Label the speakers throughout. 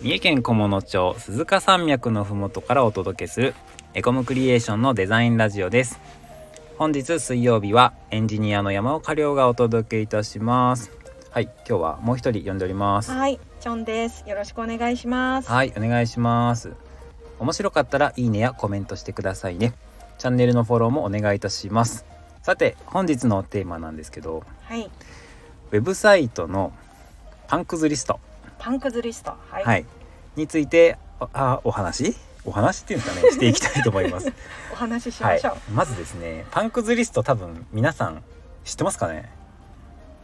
Speaker 1: 三重県菰野町鈴鹿山脈のふもとからお届けするエコムクリエーションのデザインラジオです本日水曜日はエンジニアの山岡亮がお届けいたしますはい今日はもう一人呼んでおります
Speaker 2: はい、チョンです。よろしくお願いします。
Speaker 1: はい、お願いします。面白かったらいいねやコメントしてくださいね。チャンネルのフォローもお願いいたします。さて、本日のテーマなんですけど、
Speaker 2: はい、
Speaker 1: ウェブサイトのパンクズリスト、
Speaker 2: パンクズリスト。はい。
Speaker 1: はい、についておあお話お話っていうんですか ね、していきたいと思います。
Speaker 2: お話しし
Speaker 1: は
Speaker 2: ま
Speaker 1: い
Speaker 2: しょう。、
Speaker 1: まずですね、パンクズリスト多分皆さん知ってますかね。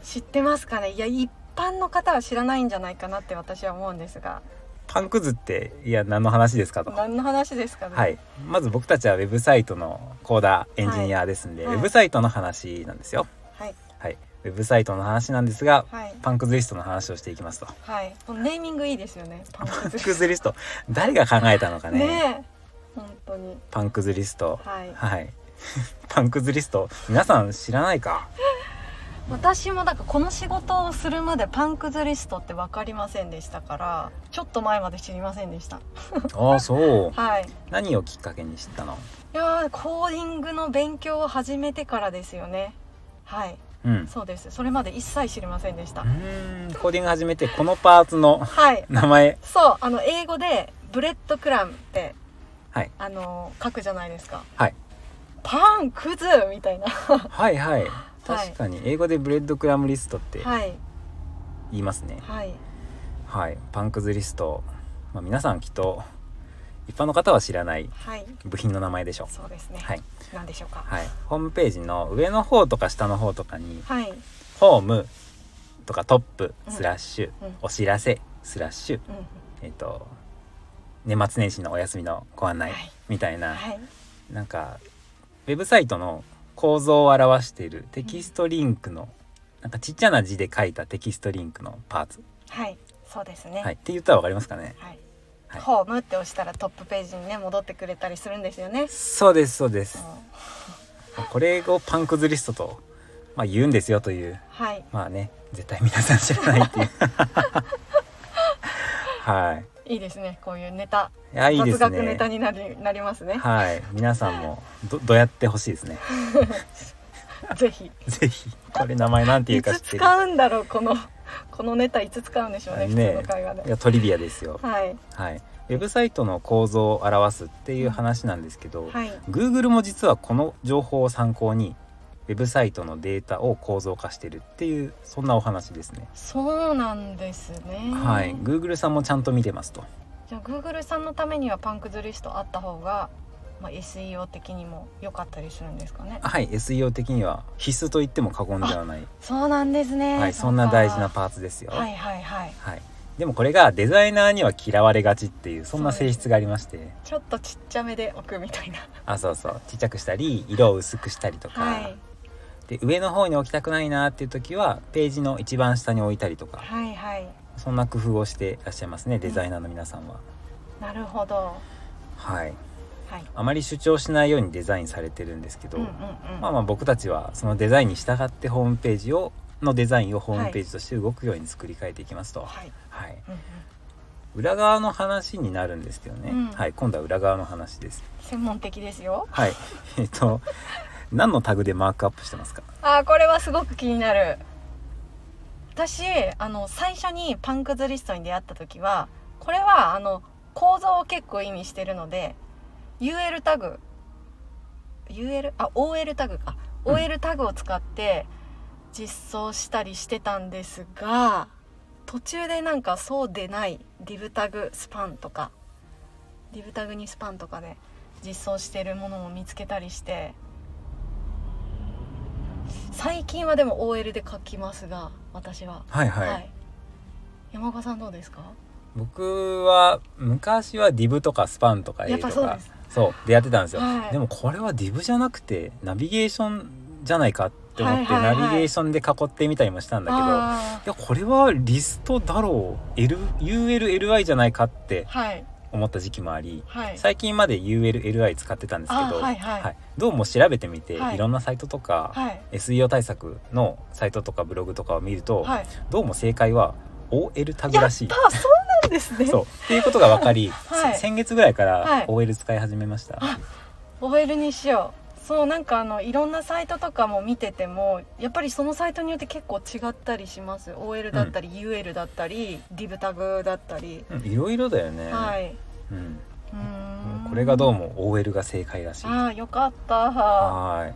Speaker 2: 知ってますかね。いや、一般の方は知らないんじゃないかなって私は思うんですが。
Speaker 1: パンクズっていや何の話ですかと。
Speaker 2: 何の話ですかね。
Speaker 1: はい、まず僕たちはウェブサイトのコーダーエンジニアですんで、
Speaker 2: はい
Speaker 1: ウェブサイトの話なんですよ。
Speaker 2: はい。
Speaker 1: はい、ウェブサイトの話なんですが、
Speaker 2: はい。
Speaker 1: パンクズリストの話をしていきますと。
Speaker 2: はい。このネーミングいいですよね。パンク
Speaker 1: パンク
Speaker 2: ズリス
Speaker 1: ズリスト、誰が考えたのか
Speaker 2: ト。
Speaker 1: ね。
Speaker 2: ねえ。本当に。
Speaker 1: パンクズリスト、
Speaker 2: はい。
Speaker 1: はい、 パンクズリスト、皆さん知らないか。
Speaker 2: 私もなんかこの仕事をするまでパンクズリストって分かりませんでしたから、ちょっと前まで知りませんでした。
Speaker 1: ああ、そう。
Speaker 2: はい。
Speaker 1: 何をきっかけに知ったの。
Speaker 2: いやーコーディングの勉強を始めてからですよねはい
Speaker 1: うん。う
Speaker 2: そうですそれまで一切知りませんでした
Speaker 1: ーん、コーディング始めて、このパーツの
Speaker 2: はい
Speaker 1: 名前。
Speaker 2: そうあの英語でブレッドクラムって、
Speaker 1: はい
Speaker 2: あのー書くじゃないですか
Speaker 1: はい
Speaker 2: パンクズみたいな
Speaker 1: はいはい。確かに英語でブレッドクラムリストって
Speaker 2: はい
Speaker 1: 言いますね。
Speaker 2: はい
Speaker 1: はい、パンクズリスト、まあ、皆さんきっと一般の方は知らない
Speaker 2: はい
Speaker 1: 部品の名前でしょう。
Speaker 2: そうですね、
Speaker 1: はい、
Speaker 2: なんでしょうか
Speaker 1: はい、ホームページの上の方とか下の方とかに
Speaker 2: はい、
Speaker 1: 「ホーム」とか「トップ」
Speaker 2: うん
Speaker 1: スラッシュ
Speaker 2: うん
Speaker 1: 「お知らせ」スラッシュ
Speaker 2: う
Speaker 1: えっ、と年末年始のお休みのご案内
Speaker 2: はい
Speaker 1: みたい
Speaker 2: ん、
Speaker 1: な、
Speaker 2: はい
Speaker 1: なんかウェブサイトの構造を表しているテキストリンクのなんかちっちゃな字で書いたテキストリンクのパーツ、
Speaker 2: はいそうですね
Speaker 1: はい、って言ったらわかりますかね
Speaker 2: はい
Speaker 1: はい
Speaker 2: ホームって押したらトップページにね戻ってくれたりするんですよね
Speaker 1: そうですそうです
Speaker 2: うん
Speaker 1: これをパンクズリストと、まあ、言うんですよという
Speaker 2: はい
Speaker 1: まあね絶対皆さん知らないっていう はい
Speaker 2: いいですねこういうネタ
Speaker 1: いやいいで
Speaker 2: 雑
Speaker 1: す
Speaker 2: 学ネ
Speaker 1: ね
Speaker 2: タになりなりますね。
Speaker 1: はい皆さんもどどうやってほしいですね
Speaker 2: ぜひ。
Speaker 1: ぜひこれ名前なんていう
Speaker 2: い
Speaker 1: か知
Speaker 2: つ
Speaker 1: ってる
Speaker 2: 使うんだろうこのこのネタいつ使うんでしょうね普
Speaker 1: ね
Speaker 2: 通の会話
Speaker 1: い
Speaker 2: で。
Speaker 1: やトリビアですよ
Speaker 2: はい
Speaker 1: はいウェブサイトの構造を表すっていう話なんですけど、
Speaker 2: はい。
Speaker 1: Google も実はこの情報を参考にウェブサイトのデータを構造化してるっていうそんなお話ですね、
Speaker 2: そうなんですね。
Speaker 1: はい Google さんもちゃんと見てますと
Speaker 2: じゃあ Google さんのためにはパンクズリストあった方が、まあ SEO 的にも良かったりするんですかね。
Speaker 1: はい、SEO 的には必須と言っても過言ではない、
Speaker 2: そうなんですね。
Speaker 1: はい、
Speaker 2: う
Speaker 1: そ
Speaker 2: か
Speaker 1: んな大事なパーツですよ。は、
Speaker 2: はいいはいはい。
Speaker 1: でもこれがデザイナーには嫌われがちっていうそんな性質がありまして、
Speaker 2: ちょっとちっちゃめで置くみたいな。
Speaker 1: あ、そうそう、ちっちゃくしたり、色を薄くしたりとか、
Speaker 2: はい
Speaker 1: で上の方に置きたくないなっていう時はページの一番下に置いたりとか、
Speaker 2: はいはい。
Speaker 1: そんな工夫をしていらっしゃいますね、デザイナーの皆さんは。
Speaker 2: なるほど。
Speaker 1: はい、
Speaker 2: はい。
Speaker 1: あまり主張しないようにデザインされてるんですけど、
Speaker 2: うんうんうん。
Speaker 1: まあまあ僕たちはそのデザインに従ってホームページをのデザインをホームページとして動くように作り変えていきますと。
Speaker 2: はい。
Speaker 1: はい、
Speaker 2: うんうん。
Speaker 1: 裏側の話になるんですけどね、
Speaker 2: うん
Speaker 1: はい今度は裏側の話です
Speaker 2: 専門的ですよ。
Speaker 1: はい えっと何のタグでマークアップしてますか
Speaker 2: あーこれはすごく気になる私あの最初にパンクズリストに出会った時はこれはあの構造を結構意味してるので UL タグ UL あ OL タグか
Speaker 1: うん
Speaker 2: OL タグを使って実装したりしてたんですが途中でなんかそうでない div タグスパンとか div タグにスパンとかで実装してるものも見つけたりして最近はでも OL で書きますが私は
Speaker 1: はいは、
Speaker 2: はい山岡さんどうですか
Speaker 1: 僕は昔は DIV とかスパンとか
Speaker 2: や
Speaker 1: A
Speaker 2: っ
Speaker 1: と
Speaker 2: ぱそう
Speaker 1: か
Speaker 2: です
Speaker 1: そうでやってたんですよ、
Speaker 2: はい
Speaker 1: でもこれは DIV じゃなくてナビゲーションじゃないかって思って、
Speaker 2: はいはいはい
Speaker 1: ナビゲーションで囲ってみたりもしたんだけど
Speaker 2: あ
Speaker 1: いやこれはリストだろう L ULLI じゃないかって
Speaker 2: ーはい
Speaker 1: 思った時期もあり
Speaker 2: はい
Speaker 1: 最近まで ULLI 使ってたんですけ
Speaker 2: あ
Speaker 1: ど、
Speaker 2: ーはいはい
Speaker 1: はい、どうも調べてみて、、
Speaker 2: はいい
Speaker 1: ろんなサイトとか、
Speaker 2: はい
Speaker 1: SEO 対策のサイトとかブログとかを見ると、
Speaker 2: はい
Speaker 1: どうも正解は OL タグ
Speaker 2: やっ
Speaker 1: ら
Speaker 2: ぱ
Speaker 1: し
Speaker 2: そう
Speaker 1: い。
Speaker 2: なんです ね
Speaker 1: そうっていうことが分かり、
Speaker 2: はい
Speaker 1: せ先月ぐらいか
Speaker 2: は
Speaker 1: ら
Speaker 2: い
Speaker 1: OL 使い始めました、
Speaker 2: OL にしようそうなんかあのいろんなサイトとかも見ててもやっぱりそのサイトによって結構違ったりします OL だったり、UL だったりリブタグだったり、
Speaker 1: うんいろいろだよね、
Speaker 2: はい
Speaker 1: うん、
Speaker 2: うーん
Speaker 1: これがどうも OL が正解らしい
Speaker 2: ああよかった
Speaker 1: は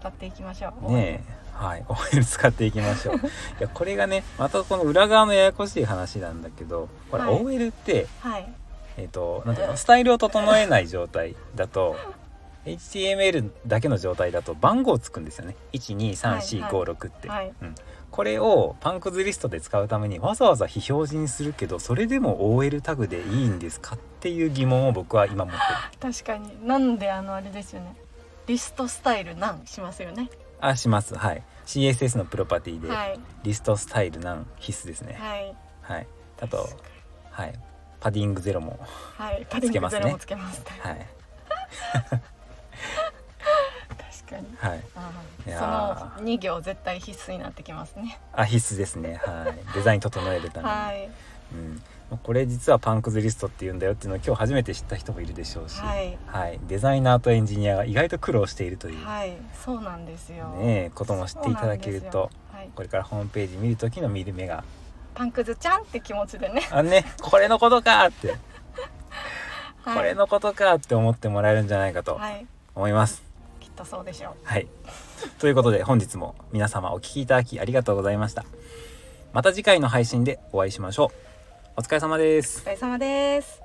Speaker 2: 使っていきましょ
Speaker 1: ー
Speaker 2: う
Speaker 1: いねえはい OL 使っていきましょ ういやこれがねまたこの裏側のややこしい話なんだけどほら、
Speaker 2: はい
Speaker 1: OL って
Speaker 2: はい
Speaker 1: えっ、となんていうのスタイルを整えない状態だと HTML だけの状態だと番号つくんですよね123456って、
Speaker 2: はい
Speaker 1: うん、これをパンクズリストで使うためにわざわざ非表示にするけどそれでも OL タグでいいんですかっていう疑問を僕は今持ってる
Speaker 2: 確かになんであのあれですよねリストスタイルなんしますよね
Speaker 1: あしますはい CSS のプロパティで
Speaker 2: はい
Speaker 1: リストスタイルなん必須ですね
Speaker 2: はい
Speaker 1: はいあとはいパディングゼロも
Speaker 2: はいパディン
Speaker 1: け
Speaker 2: グ
Speaker 1: ますね
Speaker 2: ゼロもつけます
Speaker 1: はい
Speaker 2: 確かに
Speaker 1: はい
Speaker 2: あー
Speaker 1: いやー
Speaker 2: その2行絶対必須になってきますね
Speaker 1: あ必須ですねはいデザイン整えるために、
Speaker 2: はい
Speaker 1: うんまあこれ実はパンクズリストっていうんだよっていうのを今日初めて知った人もいるでしょうし、
Speaker 2: はい
Speaker 1: はいデザイナーとエンジニアが意外と苦労しているという、
Speaker 2: はいそうなんですよ
Speaker 1: ねえことも知っていただける
Speaker 2: そうな
Speaker 1: と
Speaker 2: んですよはい、
Speaker 1: これからホームページ見る時の見る目が
Speaker 2: パンクズちゃんって気持ちでね、
Speaker 1: 「あねこれのことか!」って「
Speaker 2: はい、
Speaker 1: これのことか!」って思ってもらえるんじゃないかと
Speaker 2: はい
Speaker 1: 思います。
Speaker 2: きっとそうでしょう
Speaker 1: はい、ということで本日も皆様お聴きいただきありがとうございました。また次回の配信でお会いしましょう。お疲れ様です
Speaker 2: お疲。れ様です